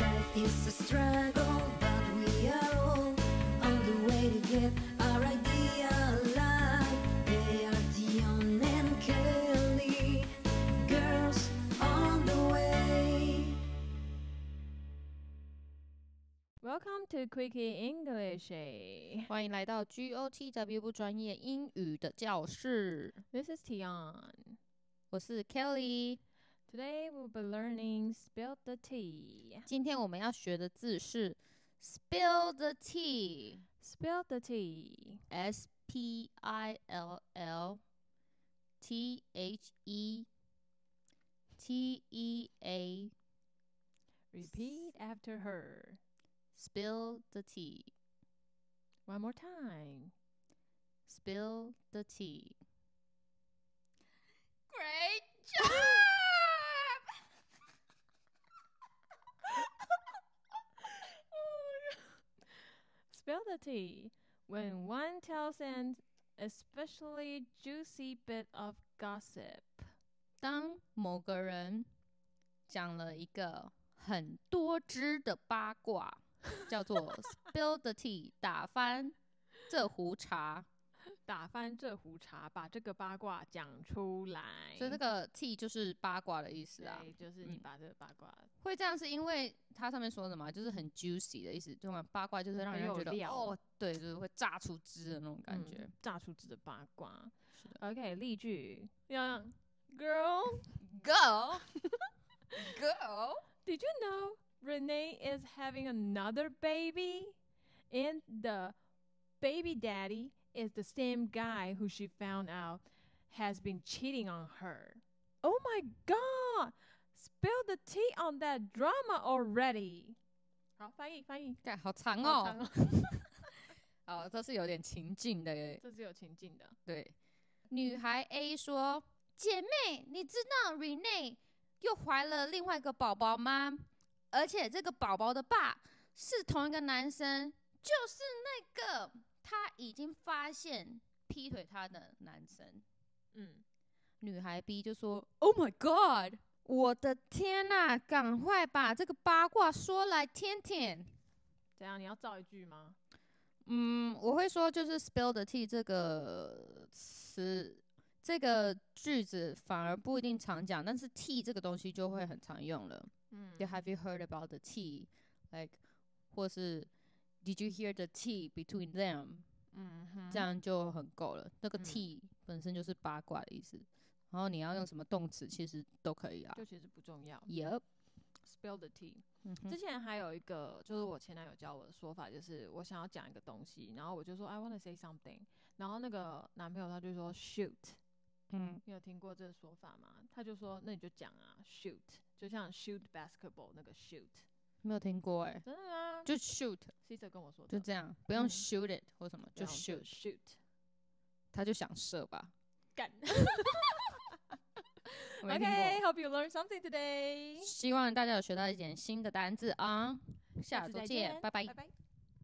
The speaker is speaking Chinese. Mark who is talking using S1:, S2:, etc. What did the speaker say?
S1: Life is a struggle, but we are all on the way to get our ideal life. They are Dion and Kelly, girls on the way.
S2: Welcome to Quickie English. eh?
S3: 欢迎来到 GOTW 不专业英语的教室，
S2: This is Tion.
S3: 我是 Kelly。
S2: Today we'll be learning Spill the Tea.
S3: 今天我们要学的字是 “spill the tea”，S
S2: Spill the tea.
S3: P I L L T H E T E A
S2: Repeat after her.
S3: spill the tea
S2: One more time.
S3: spill the tea。Great job！
S2: Spill the tea. When one tells an especially juicy bit of gossip.
S3: 当某个人讲了一个很多汁的八卦，叫做 “spill the tea”，打翻这壶茶，
S2: 打翻这壶茶，把这个八卦讲出来。
S3: 所以那个 “tea” 就是八卦的意思啊。
S2: 哎对，就是你
S3: 嗯
S2: 把这个八卦
S3: 会这样是因为它上面说的嘛，就是很 juicy 的意思，就嘛八卦就是让
S2: 很
S3: 人
S2: 有
S3: 觉得
S2: 料
S3: 哦，对，就是会炸出汁的那种感
S2: 嗯
S3: 觉。
S2: 炸出汁的八卦。
S3: 是的
S2: OK，例句要让 Girl,
S3: Go go，
S2: did you know Renee is having another baby? And the baby daddy is the same guy who she found out has been cheating on her. Oh my god! Spill the tea on that drama already. 好，翻译翻译。
S3: 干好
S2: 好
S3: 长
S2: 长
S3: 哦，
S2: 哦，
S3: 哦，这是有点情境的耶。
S2: 这是有情境的。
S3: 对，女孩 A 说：“姐妹，你知道 Rene 又怀了另外一个宝宝吗？而且这个宝宝的爸是同一个男生，就是那个他已经发现劈腿他的男生。
S2: 嗯，”
S3: 女孩 B 就说：“Oh my god！” 我的天呐、赶快把这个八卦说来听听。
S2: 怎样？你要造一句吗？
S3: 嗯，我会说就是 spill the tea 这个词，这个句子反而不一定常讲，但是 tea 这个东西就会很常用了。
S2: 嗯，
S3: 就 Have you heard about the tea? Like，或是 Did you hear the tea between them？
S2: 嗯哼，
S3: 这样就很够了。那个
S2: 嗯
S3: tea 本身就是八卦的意思，然后你要用什么动词其实都可以啊
S2: 就。其实不重要。
S3: Yep，
S2: Spill the tea。
S3: 嗯
S2: 之
S3: 哼，
S2: 前还有一个，就是我前男友教我的说法，就是我想要讲一个东西，然后我就说 I wanna say something，然后那个男朋友他就说 shoot，
S3: 嗯
S2: 你有听过这个说法吗？他就说那你就讲啊 shoot，就像 shoot basketball 那个 shoot，
S3: 没有听过哎、
S2: 真的吗？
S3: 就 shoot，
S2: Cesar 跟我说
S3: 就
S2: 的，
S3: 这样，不用
S2: 嗯
S3: shoot it 或什么，就
S2: 然后
S3: shoot，
S2: shoot
S3: 他就想射吧。
S2: 干。
S3: 我没听 过
S2: OK，hope、you learn something today。
S3: 希望大家有学到一点新的单字啊！下
S2: 次
S3: 周
S2: 再
S3: 见，拜拜
S2: 拜。拜。